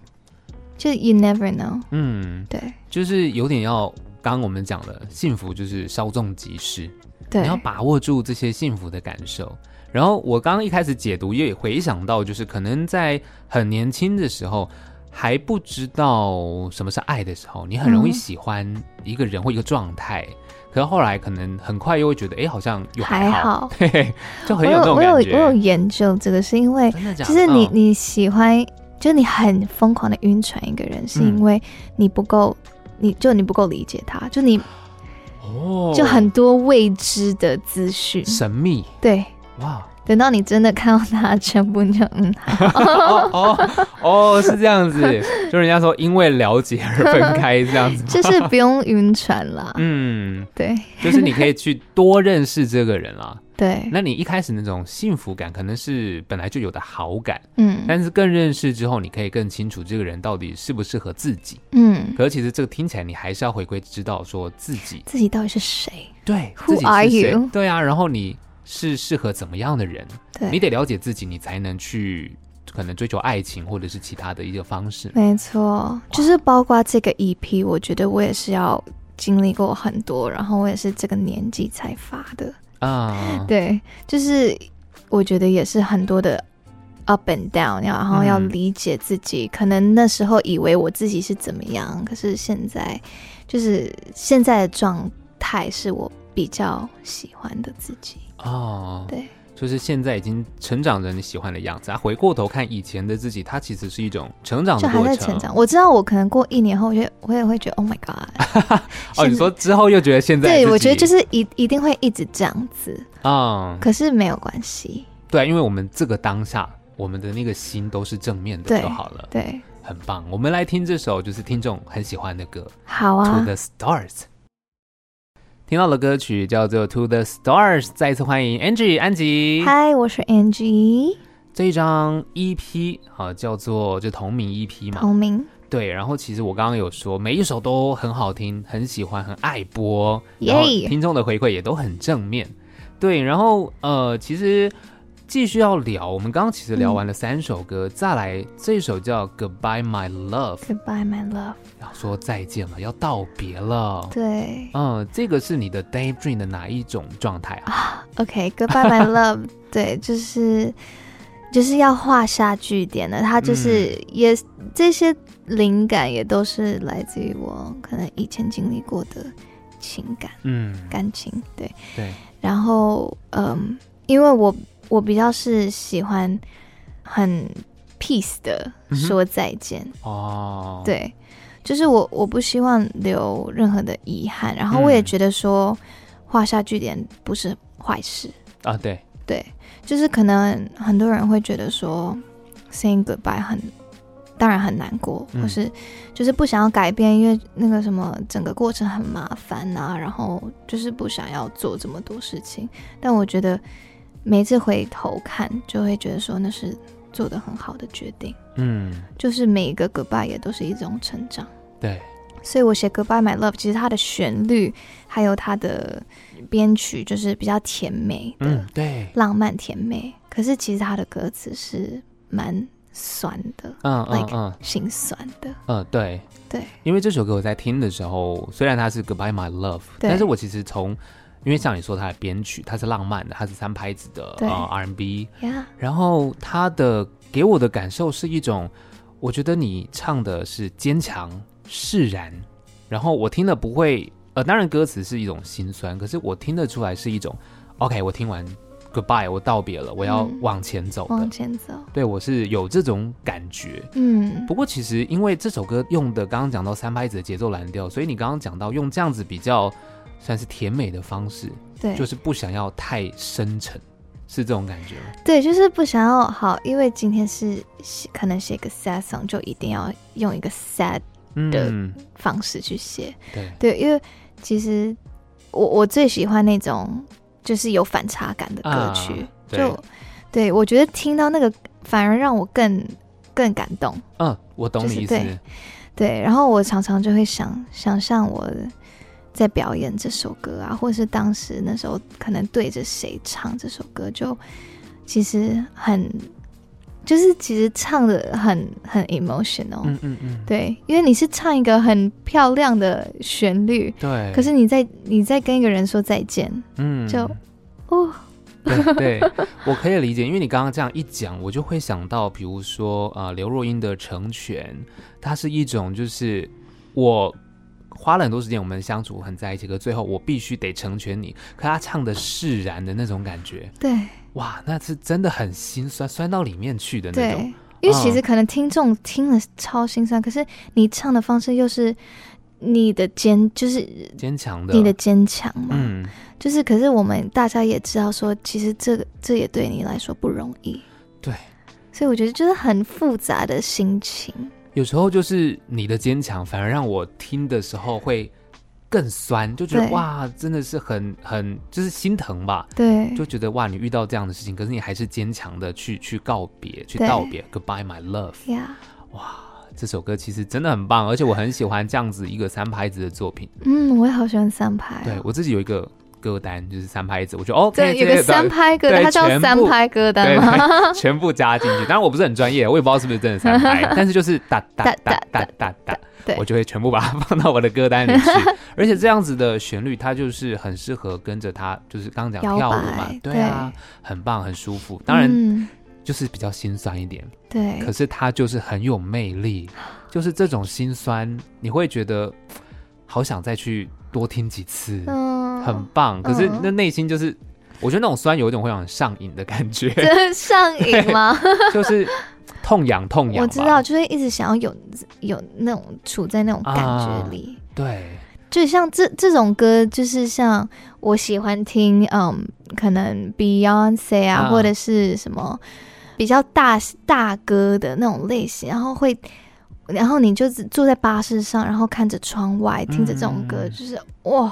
Speaker 2: 就 you never know，
Speaker 1: 嗯，
Speaker 2: 对
Speaker 1: 就是有点要刚刚我们讲的，幸福就是稍纵即逝。
Speaker 2: 对
Speaker 1: 你要把握住这些幸福的感受。然后我刚刚一开始解读也回想到，就是可能在很年轻的时候，还不知道什么是爱的时候，你很
Speaker 2: 嗯
Speaker 1: 容易喜欢一个人或一个状态，可是后来可能很快又会觉得，哎、好像又
Speaker 2: 还
Speaker 1: 好，
Speaker 2: 好。
Speaker 1: 嘿嘿，就
Speaker 2: 我
Speaker 1: 很有
Speaker 2: 有
Speaker 1: 那种
Speaker 2: 我有
Speaker 1: 感
Speaker 2: 我有
Speaker 1: 觉。
Speaker 2: 研究这个，是因为
Speaker 1: 真的假的？
Speaker 2: 就是你
Speaker 1: 嗯
Speaker 2: 你喜欢，就是你很疯狂的晕船一个人，是
Speaker 1: 嗯
Speaker 2: 因为你不够，你就你不够理解他，就你
Speaker 1: 哦，
Speaker 2: 就很多未知的资讯。
Speaker 1: 神秘
Speaker 2: 对，
Speaker 1: 哇！
Speaker 2: 等到你真的看到他全部，你就嗯，。
Speaker 1: 哦哦哦，是这样子，就人家说因为了解而分开这样子
Speaker 2: 就是不用晕船啦。
Speaker 1: 嗯，
Speaker 2: 对
Speaker 1: 就是你可以去多认识这个人 啦。
Speaker 2: 对，
Speaker 1: 那你一开始那种幸福感，可能是本来就有的好感，
Speaker 2: 嗯
Speaker 1: 但是更认识之后，你可以更清楚这个人到底适不适合自己。
Speaker 2: 嗯，
Speaker 1: 可是其实这个听起来，你还是要回归知道说自己
Speaker 2: 自己到底是谁？
Speaker 1: 对
Speaker 2: Who
Speaker 1: 自己是
Speaker 2: are
Speaker 1: 谁
Speaker 2: you？，
Speaker 1: 对啊，然后你是适合怎么样的人，你得
Speaker 2: 对，
Speaker 1: 了解自己，你才能去可能追求爱情或者是其他的一个方式。
Speaker 2: 没错，就是包括这个 EP，我觉得我也是要经历过很多，然后我也是这个年纪才发的。
Speaker 1: 啊，
Speaker 2: 对，就是我觉得也是很多的 up and down，然后要
Speaker 1: 嗯
Speaker 2: 理解自己。可能那时候以为我自己是怎么样，可是现在就是现在的状态是我比较喜欢的自己。
Speaker 1: 哦，
Speaker 2: 对，
Speaker 1: 就是现在已经成长成你喜欢的样子啊。回过头看以前的自己，它其实是一种成长
Speaker 2: 就
Speaker 1: 的
Speaker 2: 还
Speaker 1: 过
Speaker 2: 在
Speaker 1: 程。
Speaker 2: 成长，我知道我可能过一年后，我也我也会觉得 Oh my God！
Speaker 1: 哦，
Speaker 2: 现
Speaker 1: 你说之后又觉得现在
Speaker 2: 对，我觉得就是是一一定会一直这样子，
Speaker 1: 啊、
Speaker 2: 可是没有关系。
Speaker 1: 对，因为我们这个当下，我们的那个心都是正面的
Speaker 2: 对
Speaker 1: 就好了，
Speaker 2: 对，
Speaker 1: 很棒。我们来听这首就是听众很喜欢的歌，
Speaker 2: 好
Speaker 1: To
Speaker 2: 啊，
Speaker 1: the Stars》。听到的歌曲叫做《To the Stars》，再一次欢迎 Angie 安吉。
Speaker 2: 嗨，我是 Angie，
Speaker 1: 这一张 EP 啊，叫做就同名 EP 嘛。
Speaker 2: 同名，
Speaker 1: 对，然后其实我刚刚有说，每一首都很好听，很喜欢，很爱播，
Speaker 2: 耶
Speaker 1: 然后听众的回馈也都很正面。对，然后呃，其实继续要聊，我们刚刚其实
Speaker 2: 嗯
Speaker 1: 聊完了三首歌，再来这首叫《Goodbye My Love》，
Speaker 2: Goodbye My Love。
Speaker 1: 要说再见了，要道别了。
Speaker 2: 对
Speaker 1: 嗯，这个是你的 daydream 的哪一种状态啊？
Speaker 2: ，OK，Goodbye My Love，对，就是就是要画下句点的，它就是、
Speaker 1: 嗯
Speaker 2: 也这些灵感也都是来自于我可能以前经历过的情感。
Speaker 1: 嗯，
Speaker 2: 感情，对
Speaker 1: 对。
Speaker 2: 然后，嗯，因为我我比较是喜欢很 peace 的
Speaker 1: 嗯哼
Speaker 2: 说再见，
Speaker 1: 哦，，
Speaker 2: 对，就是我我不希望留任何的遗憾。然后我也
Speaker 1: 嗯
Speaker 2: 觉得说画下句点不是坏事，
Speaker 1: 啊，对，
Speaker 2: 对，就是可能很多人会觉得说 saying goodbye 很。当然很难过，
Speaker 1: 嗯
Speaker 2: 或是就是不想要改变，因为那个什么整个过程很麻烦啊，然后就是不想要做这么多事情。但我觉得每次回头看，就会觉得说那是做的很好的决定，
Speaker 1: 嗯，
Speaker 2: 就是每一个 goodbye 也都是一种成长。
Speaker 1: 对，
Speaker 2: 所以我写《Goodbye My Love》，其实它的旋律还有它的编曲就是比较甜美的、
Speaker 1: 嗯，对，
Speaker 2: 浪漫甜美，可是其实它的歌词是蛮酸的、
Speaker 1: 嗯嗯
Speaker 2: like-
Speaker 1: 嗯
Speaker 2: 心酸的。
Speaker 1: 嗯，对，
Speaker 2: 对，
Speaker 1: 因为这首歌我在听的时候，虽然它是《Goodbye My Love》，
Speaker 2: 对
Speaker 1: 但是我其实从，因为像你说它的编曲，它是浪漫的，它是三拍子的
Speaker 2: 对
Speaker 1: 呃 R&B，
Speaker 2: 呀、
Speaker 1: 然后它的给我的感受是一种，我觉得你唱的是坚强释然，然后我听了不会，呃，当然歌词是一种心酸，可是我听得出来是一种，OK，我听完 Goodbye，我道别了，我要
Speaker 2: 嗯
Speaker 1: 往前走的，
Speaker 2: 往前走，
Speaker 1: 对我是有这种感觉，
Speaker 2: 嗯
Speaker 1: 不，过其实因为这首歌用的刚刚讲到三拍子的节奏蓝调，所以你刚刚讲到用这样子比较算是甜美的方式，
Speaker 2: 对，
Speaker 1: 就是不想要太深沉，是这种感觉吗？
Speaker 2: 对，就是不想要好，因为今天是写可能写一个 sad song，就一定要用一个 sad 的
Speaker 1: 嗯，
Speaker 2: 方式去写。
Speaker 1: 对，
Speaker 2: 对，因为其实我我最喜欢那种就是有反差感的歌
Speaker 1: 啊
Speaker 2: 曲，
Speaker 1: 对
Speaker 2: 就对我觉得听到那个反而让我更更感动。
Speaker 1: 嗯，我懂
Speaker 2: 就
Speaker 1: 你
Speaker 2: 是
Speaker 1: 意思，
Speaker 2: 对哦对，然后我常常就会想想象我在表演这首歌啊，或是当时那时候可能对着谁唱这首歌，就其实很就是其实唱的很很 emotional，、
Speaker 1: 嗯嗯嗯，
Speaker 2: 对，因为你是唱一个很漂亮的旋律，
Speaker 1: 对，
Speaker 2: 可是你在你在跟一个人说再见，
Speaker 1: 嗯
Speaker 2: 就哦，
Speaker 1: 对对，我可以理解，因为你刚刚这样一讲，我就会想到，比如说啊、呃，刘若英的《成全》，它是一种就是我花了很多时间，我们相处很在一起，可最后我必须得成全你。可他唱的释然的那种感觉，
Speaker 2: 对，
Speaker 1: 哇，那是真的很心酸，酸到里面去的那种啊
Speaker 2: 对。，因为其实可能听众听了超心酸，可是你唱的方式又是你的坚，就是
Speaker 1: 坚强的，
Speaker 2: 你的坚强嘛。
Speaker 1: 嗯，
Speaker 2: 就是，可是我们大家也知道说，其实这个这也对你来说不容易。
Speaker 1: 对，
Speaker 2: 所以我觉得就是很复杂的心情。
Speaker 1: 有时候就是你的坚强，反而让我听的时候会更酸，就觉得
Speaker 2: 对
Speaker 1: 哇，真的是很很就是心疼吧。
Speaker 2: 对，
Speaker 1: 就觉得哇，你遇到这样的事情，可是你还是坚强的去去告别，去
Speaker 2: 对
Speaker 1: 道别，Goodbye my love。
Speaker 2: 呀
Speaker 1: 这首歌其实真的很棒，而且我很喜欢这样子一个三拍子的作品。
Speaker 2: 嗯，我也好喜欢三拍、
Speaker 1: 对，我自己有一个歌单，就是三拍子，我觉得哦，
Speaker 2: 这有个三拍歌
Speaker 1: 对
Speaker 2: 单，它叫
Speaker 1: 全部
Speaker 2: 三拍歌单
Speaker 1: 对
Speaker 2: 吗？
Speaker 1: 对， 全部加进去。当然我不是很专业，我也不知道是不是真的三 拍，但是就是哒哒哒哒哒哒，
Speaker 2: 对
Speaker 1: 我就会全部把它 放到我的歌单里去。而且这样子的旋律，它就是很适合跟着它，就是刚刚讲
Speaker 2: 摇
Speaker 1: 跳舞嘛
Speaker 2: 摆，
Speaker 1: 对啊，很棒，很舒服。当然
Speaker 2: 嗯、
Speaker 1: 就是比较心酸一点。
Speaker 2: 对
Speaker 1: 可，是他就是很有魅力，就是这种心酸，你会觉得好想再去多听几次，
Speaker 2: 嗯
Speaker 1: 很棒。可是
Speaker 2: 嗯
Speaker 1: 那内心就是，我觉得那种酸有一种会让人上瘾的感觉，
Speaker 2: 这上瘾吗？
Speaker 1: 就是痛痒痛痒。
Speaker 2: 我知道，，就是一直想要有有那种处在那种感
Speaker 1: 啊
Speaker 2: 觉里。
Speaker 1: 对，
Speaker 2: 就像这这种歌，就是像我喜欢听，嗯，可能 Beyonce 啊，
Speaker 1: 啊
Speaker 2: 或者是什么比较大大歌的那种类型，然后会，然后你就只坐在巴士上，然后看着窗外，听着这种歌，
Speaker 1: 嗯
Speaker 2: 就是哇，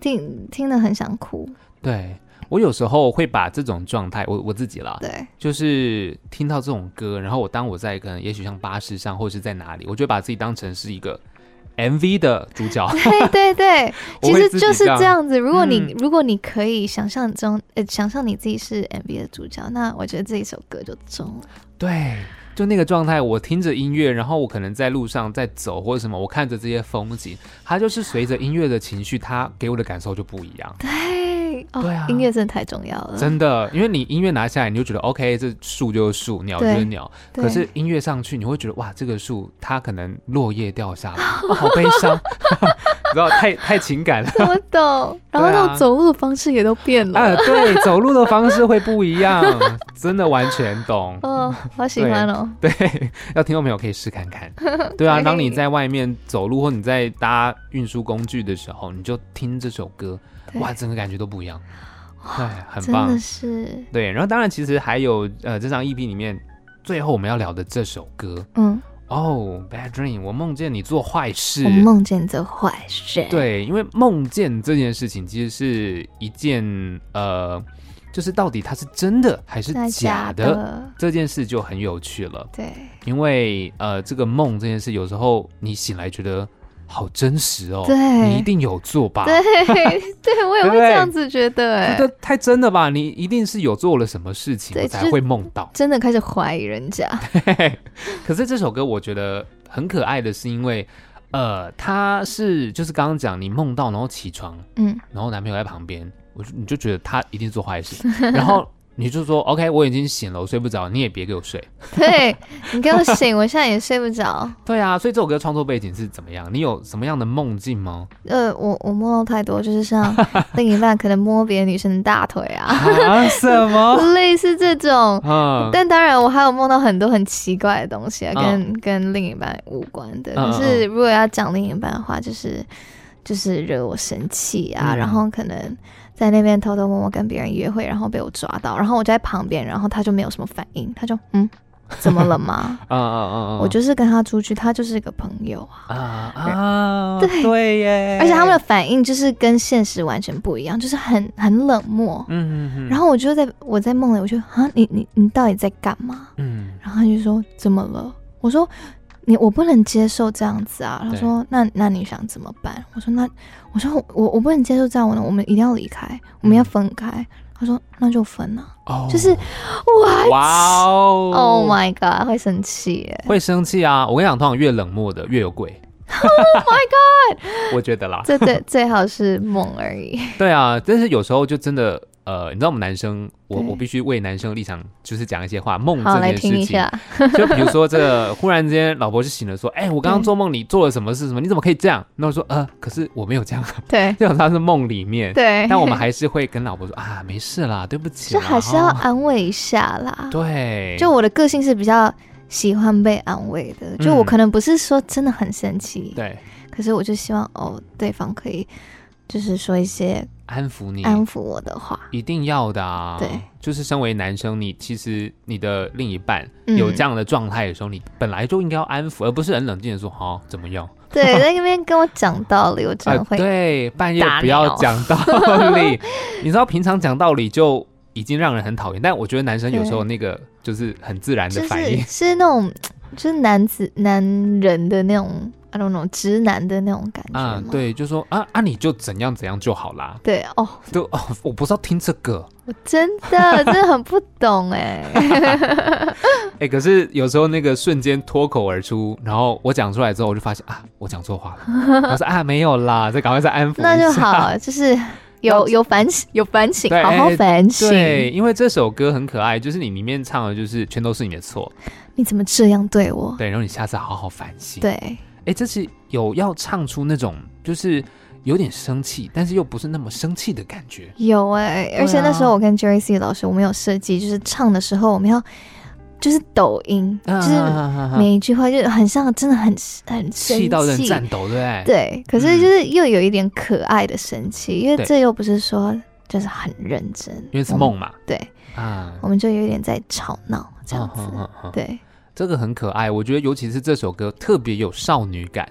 Speaker 2: 听听得很想哭，
Speaker 1: 对我有时候会把这种状态，我我自己啦，
Speaker 2: 对，
Speaker 1: 就是听到这种歌，然后我当我在可能也许像巴士上，或是在哪里，我就会把自己当成是一个 MV 的主 角。
Speaker 2: 对对对，
Speaker 1: 我
Speaker 2: 其
Speaker 1: 会
Speaker 2: 实
Speaker 1: 自己
Speaker 2: 就是
Speaker 1: 这
Speaker 2: 这样子。如果你、
Speaker 1: 嗯
Speaker 2: 如果你可以想象中，呃，想象你自己是 MV 的主角，那我觉得这一首歌就中了。
Speaker 1: 对，就那个状态，我听着音乐，然后我可能在路上在走或者什么，我看着这些风景，它就是随着音乐的情绪，它给我的感受就不一样。
Speaker 2: 对，哦，
Speaker 1: 对啊
Speaker 2: 音乐真的太重要了，
Speaker 1: 真的，因为你音乐拿下来，你就觉得 OK，这树就是树，鸟就是
Speaker 2: 对
Speaker 1: 鸟。
Speaker 2: 对
Speaker 1: 可是音乐上去，你会觉得哇，这个树它可能落叶掉下来，哦、好悲伤，你知道，太太情感了。
Speaker 2: 我 懂。然后那
Speaker 1: 对啊
Speaker 2: 种走路的方式也都变了，
Speaker 1: 啊，对，走路的方式会不一样，真的完全懂。
Speaker 2: 哦，好喜欢哦，
Speaker 1: 对，要听众朋友可以试看看。对 啊，
Speaker 2: 可以
Speaker 1: 当你在外面走路或你在搭运输工具的时候，你就听这首歌，
Speaker 2: 对
Speaker 1: 哇，整个感觉都不一样。对，很
Speaker 2: 真
Speaker 1: 棒
Speaker 2: 的。是，
Speaker 1: 对，然后当然其实还有呃，这张 EP 里面最后我们要聊的这首歌
Speaker 2: 嗯，
Speaker 1: 哦，《Bad Dream》，我梦见你做坏事
Speaker 2: 我。梦见这坏事，，
Speaker 1: 对，因为梦见这件事情其实是一件呃，就是到底它是真的还是
Speaker 2: 那
Speaker 1: 假
Speaker 2: 假
Speaker 1: 的
Speaker 2: 的，
Speaker 1: 这件事就很有趣了。
Speaker 2: 对，
Speaker 1: 因为呃，这个梦这件事，有时候你醒来觉得好真实哦，
Speaker 2: 对
Speaker 1: 你一定有做吧？
Speaker 2: 对，对我也
Speaker 1: 对不
Speaker 2: 会
Speaker 1: 对
Speaker 2: 这样子觉得，
Speaker 1: 觉
Speaker 2: 哎，
Speaker 1: 得太真了吧？你一定是有做了什么事情
Speaker 2: 对
Speaker 1: 我才会梦到。
Speaker 2: 真的开始怀疑人家，
Speaker 1: 可是这首歌我觉得很可爱的是，因为呃，它是就是刚刚讲你梦到，然后起床，
Speaker 2: 嗯，
Speaker 1: 然后男朋友在旁边，我就你就觉得他一定做坏事，然后你就说 OK，我已经醒了，我睡不着，你也别给我睡。
Speaker 2: 对你给我醒，我现在也睡不着，
Speaker 1: 对啊，所以这首歌创作背景是怎么样？你有什么样的梦境吗？
Speaker 2: 呃，我我梦到太多，就 是像另一半可能摸别的女生的大腿啊，
Speaker 1: 啊，什么？
Speaker 2: 类似这种，
Speaker 1: 嗯，
Speaker 2: 但当然，我还有梦到很多很奇怪的东西啊，
Speaker 1: 嗯
Speaker 2: 跟、跟另一半无关的。
Speaker 1: 嗯
Speaker 2: 可是如果要讲另一半的话，就是就是惹我生气啊，
Speaker 1: 嗯
Speaker 2: 然后可能在那边偷偷摸摸跟别人约会，然后被我抓到，然后我就在旁边，然后他就没有什么反应，他就 嗯，怎么了吗？
Speaker 1: 嗯嗯嗯嗯，
Speaker 2: 我就是跟他出去，他就是一个朋友啊。
Speaker 1: 啊啊，
Speaker 2: 对
Speaker 1: 对耶，
Speaker 2: 而且他们的反应就是跟现实完全不一样，就是很很冷漠。
Speaker 1: 嗯，嗯嗯，
Speaker 2: 然
Speaker 1: 后
Speaker 2: 后我就在我在梦里，我就啊，你你你到底在干嘛？
Speaker 1: 嗯
Speaker 2: 然后他就说怎么了？我说你我不能接受这样子啊。他
Speaker 1: 对
Speaker 2: 说那那你想怎么办？我说那我说我我不能接受这样，我我们一定要离开，我们要分开。他说那就分了、
Speaker 1: 嗯哦
Speaker 2: 就是哇
Speaker 1: 哇哦
Speaker 2: ，Oh my god，会生气耶！
Speaker 1: 会生气啊！我跟你讲，通常越冷漠的越有鬼。
Speaker 2: Oh my
Speaker 1: 我觉得啦
Speaker 2: god，，这最最好是梦而已。
Speaker 1: 对啊，但是有时候就真的呃，你知道我们男生，我
Speaker 2: 对
Speaker 1: 我必须为男生的立场就是讲一些话，梦嗯
Speaker 2: 好，
Speaker 1: 这
Speaker 2: 来
Speaker 1: 件
Speaker 2: 听一
Speaker 1: 事情，
Speaker 2: 下。
Speaker 1: 就比如说这个忽然之间老婆就醒了，说，哎、我刚刚
Speaker 2: 对
Speaker 1: 做梦你做了什么事什么，你怎么可以这样？那我说，呃，可是我没有这样，
Speaker 2: 对
Speaker 1: 这种他是梦里面，
Speaker 2: 对，
Speaker 1: 但我们还是会跟老婆说啊，没事啦，对不起
Speaker 2: 就
Speaker 1: 啦，
Speaker 2: 还是要
Speaker 1: 哦
Speaker 2: 安慰一下啦。
Speaker 1: 对，
Speaker 2: 就我的个性是比较喜欢被安慰的，就我
Speaker 1: 嗯
Speaker 2: 可能不是说真的很生气，
Speaker 1: 对
Speaker 2: 可是我就希望哦，对方可以就是说一些
Speaker 1: 安抚你，
Speaker 2: 安抚我的话。
Speaker 1: 一定要的啊。
Speaker 2: 对，
Speaker 1: 就是身为男生，你其实你的另一半
Speaker 2: 嗯
Speaker 1: 有这样的状态的时候，你本来就应该要安抚，而不是很冷静的说哦怎么样。
Speaker 2: 对， 在那边跟我讲道理，我真
Speaker 1: 啊
Speaker 2: 的，会、哦
Speaker 1: 对，半夜
Speaker 2: 打
Speaker 1: 不
Speaker 2: 你哦
Speaker 1: 要讲道理。 你知道，平常讲道理就已经让人很讨厌，但我觉得男生有时候那个就是很自然的
Speaker 2: 就
Speaker 1: 反
Speaker 2: 是
Speaker 1: 应。
Speaker 2: 是那种就是男子男人的那种，I don't know，直男的那种感觉
Speaker 1: 啊、
Speaker 2: 吗
Speaker 1: 对，就说啊啊，你就怎样怎样就好啦。
Speaker 2: 对哦，
Speaker 1: 就哦，我不是要听这个，
Speaker 2: 我真的真的很不懂 哎、
Speaker 1: 哎、可是有时候那个瞬间脱口而出，然后我讲出来之后，我就发现啊，我讲错话 了。我说啊，没有啦，再赶快再安抚一下。
Speaker 2: 那就。好，就是有有反省，有反省，
Speaker 1: 对
Speaker 2: 好好
Speaker 1: 哎
Speaker 2: 反省。
Speaker 1: 对，因为这首歌很可爱，就是你里面唱的，就是全都是你的错，
Speaker 2: 你怎么这样对我？
Speaker 1: 对，然后你下次好好反省。，
Speaker 2: 对，
Speaker 1: 哎，这是有要唱出那种就是有点生气，但是又不是那么生气的感觉。
Speaker 2: 有哎、
Speaker 1: 对啊
Speaker 2: 而且那时候我跟 Jerry C 老师，我们有设计，就是唱的时候我们要就是抖音，
Speaker 1: 啊
Speaker 2: 就是
Speaker 1: 是
Speaker 2: 每一句话就很像，真的很很生
Speaker 1: 气到人
Speaker 2: 气
Speaker 1: 颤抖，对不对？
Speaker 2: 对，可是就是又有一点可爱的生气，因为
Speaker 1: 对
Speaker 2: 这又不是说就是很认真，
Speaker 1: 因为是
Speaker 2: 我们
Speaker 1: 梦。嘛。
Speaker 2: 对，
Speaker 1: 啊，
Speaker 2: 我们就有点在吵闹这样子。
Speaker 1: 嗯嗯嗯嗯
Speaker 2: 对
Speaker 1: 这个很可爱，我觉得尤其是这首歌特别有少女感。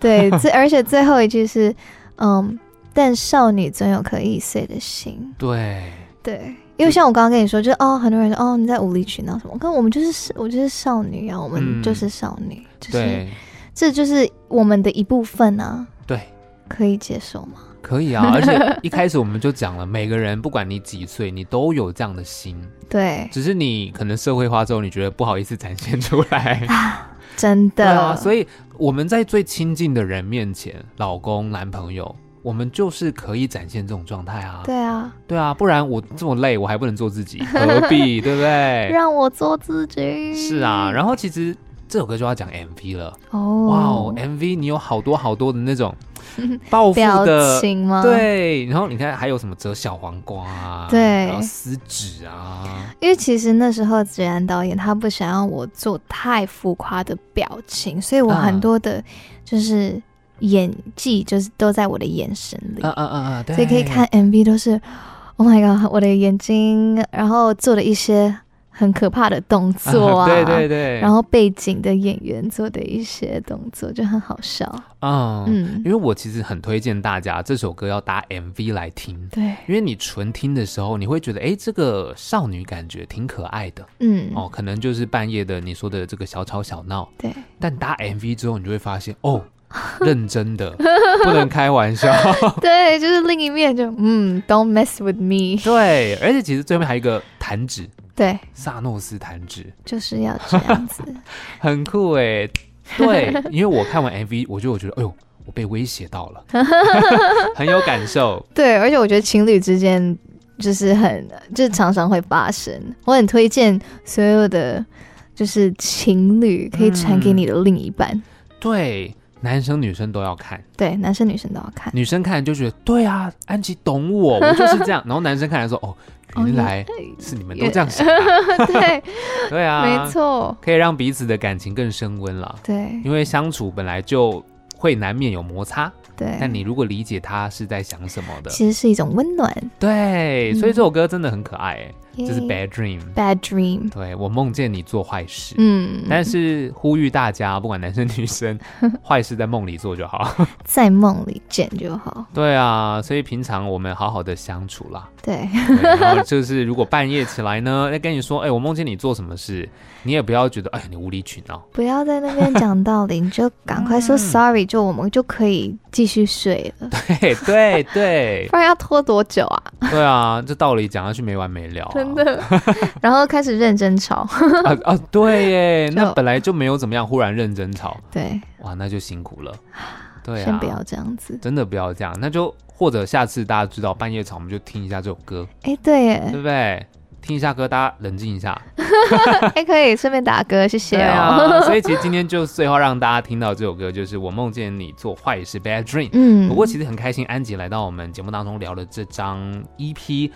Speaker 2: 对，最 而且最后一句是，嗯，但少女总有可易碎的心。
Speaker 1: 对，
Speaker 2: 对，
Speaker 1: 嗯
Speaker 2: 因为像我刚刚跟你说，就是哦，很多人说哦你在无理取闹什么，可我们就是我就是少女啊，我
Speaker 1: 嗯
Speaker 2: 们就是少女， 就是
Speaker 1: 对，
Speaker 2: 这就是我们的一部分啊，
Speaker 1: 对，
Speaker 2: 可以接受吗？
Speaker 1: 可以 啊。而且一开始我们就讲了，每个人不管你几岁，你都有这样的心，
Speaker 2: 对，
Speaker 1: 只是你可能社会化之后，你觉得不好意思展现出 来。
Speaker 2: 真
Speaker 1: 对
Speaker 2: 的，
Speaker 1: 啊，所以我们在最亲近的人面前，老公、男朋友。我们就是可以展现这种状态啊，
Speaker 2: 对啊，
Speaker 1: 对啊，不然我这么累，我还不能做自 己，何必，对不对？
Speaker 2: 让我做自己。
Speaker 1: 哎 是啊，然后其实这首歌就要讲 MV 了，
Speaker 2: 后哦，
Speaker 1: 哇哦，MV 你有好多好多的那 种报复
Speaker 2: 表
Speaker 1: 的
Speaker 2: 情吗？，
Speaker 1: 对，然后你看还有什么折小黄瓜啊，
Speaker 2: 对
Speaker 1: 然后撕纸啊，
Speaker 2: 因为其实那时候子然导演他不想让我做太浮夸的表情，所以我
Speaker 1: 啊
Speaker 2: 很多的就是演技就是都在我的眼神里。
Speaker 1: 嗯嗯嗯嗯，对，
Speaker 2: 所以可以看 MV 都是，Oh my god，我的眼睛，然后做的一些很可怕的动作 啊，
Speaker 1: 对对对，
Speaker 2: 然后背景的演员做的一些动作就很好笑，
Speaker 1: 嗯，
Speaker 2: 嗯
Speaker 1: 因，为我其实很推荐大家这首歌要搭 MV 来听。
Speaker 2: 对，
Speaker 1: 因为你纯听的时候，你会觉得，哎，这个少女感觉挺可爱的
Speaker 2: 嗯，
Speaker 1: 哦，可能就是半夜的你说的这个小吵小闹。
Speaker 2: 对，
Speaker 1: 但搭 MV 之后，你就会发现， 哦，认真的，不能开玩笑。
Speaker 2: 对，就是另一面就，嗯，Don't mess with me，
Speaker 1: 对，而且其实最后面还有一个弹指，
Speaker 2: 对，
Speaker 1: 萨诺斯弹指，
Speaker 2: 就是要这 样子，
Speaker 1: 很酷 哎。对，因为我看完 MV，我就我觉得，哎呦，我被威胁到 了，很有感受。
Speaker 2: 对，而且我觉得情侣之间就是很，就是常常会发生。我很推荐所有的就是情侣可以传
Speaker 1: 嗯
Speaker 2: 给你的另一半，
Speaker 1: 对，男生女生都要看，
Speaker 2: 对，男生女生都要看。
Speaker 1: 女生看就觉得，对啊，安琪懂我，我就是这样。然后男生看来说，哦，
Speaker 2: 哦
Speaker 1: 原来
Speaker 2: 你
Speaker 1: 是你们都这样想、啊，
Speaker 2: 对，
Speaker 1: 对 啊，
Speaker 2: 没，错，
Speaker 1: 可以让彼此的感情更升温了，
Speaker 2: 对
Speaker 1: 因为相处本来就会难免有摩擦，但
Speaker 2: 对，
Speaker 1: 你如果理解他是在想什么的，
Speaker 2: 其实是一种温暖。
Speaker 1: 对，所以这首歌真的很可爱哎、
Speaker 2: 耶
Speaker 1: 就是 Bad Dream。
Speaker 2: bad dream，
Speaker 1: 对我梦见你做坏事，
Speaker 2: 嗯，
Speaker 1: 但是呼吁大家，不管男生女 生，坏事在梦里做就好。
Speaker 2: 在梦里见就好。
Speaker 1: 对啊，所以平常我们好好的相处啦。
Speaker 2: 对，
Speaker 1: 对 然后就是如果半夜起来呢，要跟你说，哎、我梦见你做什么事，你也不要觉得，哎，你无理取闹。
Speaker 2: 不要在那边讲道理，你就赶快说 sorry，就我们就可以继续睡了。
Speaker 1: 嗯对对对
Speaker 2: 不然要拖多久啊？
Speaker 1: 对啊，这道理讲下去没完没了、
Speaker 2: 真。 的。然后开始认真吵。
Speaker 1: 啊啊，对耶，
Speaker 2: 就
Speaker 1: 那本来就没有怎么样，忽然认真吵，
Speaker 2: 对，
Speaker 1: 哇，那就辛苦了。对啊
Speaker 2: 先不要这样子。
Speaker 1: 真的不要这样，那就或者下次大家知道半夜场，我们就听一下这首歌，
Speaker 2: 哎，对耶，
Speaker 1: 对不对？听一下歌，大家冷静一下。
Speaker 2: 哎，可以顺便打歌，谢谢
Speaker 1: 对
Speaker 2: 哦。
Speaker 1: 啊，所以其实今天就最后让大家听到这首歌，就是我梦见你做坏事 （Bad Dream）。
Speaker 2: 嗯，
Speaker 1: 不过其实很开心，安吉来到我们节目当中聊了这张 EP。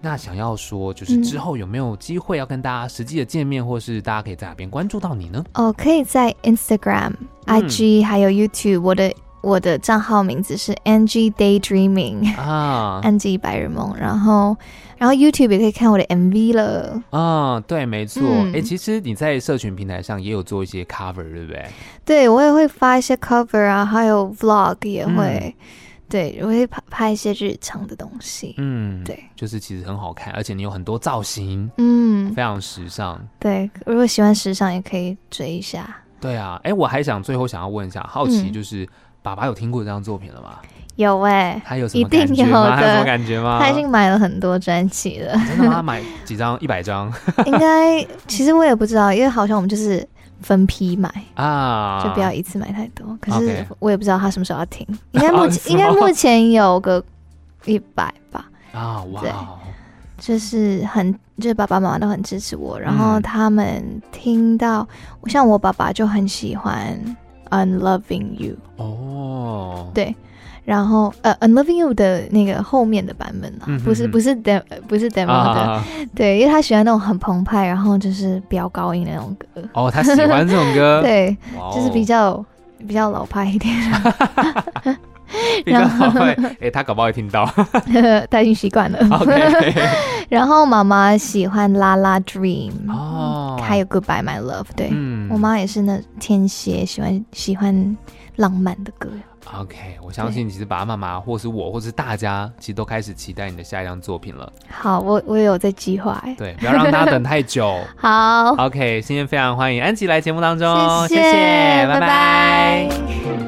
Speaker 1: 那想要说，就是
Speaker 2: 嗯
Speaker 1: 之后有没有机会要跟大家实际的见面，或是大家可以在哪边关注到你呢？
Speaker 2: 哦，可以在 Instagram、
Speaker 1: 嗯
Speaker 2: IG 还有 YouTube，我的我的账号名字是 Angie Daydreaming，、
Speaker 1: 啊
Speaker 2: 安吉白日梦。然后，然后 YouTube 也可以看我的 MV 了。
Speaker 1: 啊，对，没错。哎、
Speaker 2: 嗯
Speaker 1: 其实你在社群平台上也有做一些 cover，对不对？
Speaker 2: 对我也会发一些 cover 啊，还有 vlog 也
Speaker 1: 嗯
Speaker 2: 会，对我会拍拍一些日常的东西。
Speaker 1: 嗯，
Speaker 2: 对，
Speaker 1: 就是其实很好看，而且你有很多造型，
Speaker 2: 嗯，
Speaker 1: 非常时尚。
Speaker 2: 对，如果喜欢时尚也可以追一下。
Speaker 1: 对啊，哎、我还想最后想要问一下，好奇
Speaker 2: 嗯
Speaker 1: 就是、爸爸有听过这张作品了吗？
Speaker 2: 有哎、
Speaker 1: 他有什么
Speaker 2: 一定
Speaker 1: 感觉吗？
Speaker 2: 有的
Speaker 1: 他有什么感觉吗？
Speaker 2: 他已经买了很多专辑 了，
Speaker 1: 真的吗？买几张？一百张
Speaker 2: 应该其实我也不知道，因为好像我们就是分批买，
Speaker 1: 啊？
Speaker 2: 就不要一次买太多。可
Speaker 1: OK
Speaker 2: 是我也不知道他什么时候要 停，应该
Speaker 1: 哦
Speaker 2: 目
Speaker 1: 是
Speaker 2: 前应该
Speaker 1: 吗
Speaker 2: 目前有个一百吧，
Speaker 1: 啊！哇
Speaker 2: 对
Speaker 1: 哦，
Speaker 2: 就是很就是爸爸妈妈都很支持我，然后
Speaker 1: 嗯
Speaker 2: 他们听到像我爸爸就很喜欢《Unloving You》，
Speaker 1: 哦，
Speaker 2: 对然后呃《Unloving You》的那个后面的版本啊，
Speaker 1: 嗯哼
Speaker 2: 不是
Speaker 1: 哼
Speaker 2: 不是 demo 不是 demo 的，
Speaker 1: 啊，
Speaker 2: 对，因为他喜欢那种很澎湃，然后就是飙高音的那种歌，
Speaker 1: 哦，他喜欢这种歌，
Speaker 2: 对，
Speaker 1: 哇哦，
Speaker 2: 就是比较比较老派一点，
Speaker 1: 比较好 会，哎，他搞不好会听到。
Speaker 2: 他已经习惯了。
Speaker 1: 哦 OK，
Speaker 2: 然后妈妈喜欢《La La Dream》，
Speaker 1: 哦，
Speaker 2: 还有《Goodbye My Love》，对。
Speaker 1: 嗯
Speaker 2: 我妈也是那天蝎，喜欢喜欢浪漫的歌。
Speaker 1: OK，我相信其实爸爸妈妈或是我，或是大家，其实都开始期待你的下一张作品了。
Speaker 2: 好，我我有在计划哎。
Speaker 1: 对，不要让大家等太 久。
Speaker 2: 好，
Speaker 1: OK，今天非常欢迎安琪来节目当中，
Speaker 2: 谢
Speaker 1: 谢，拜拜
Speaker 2: 拜拜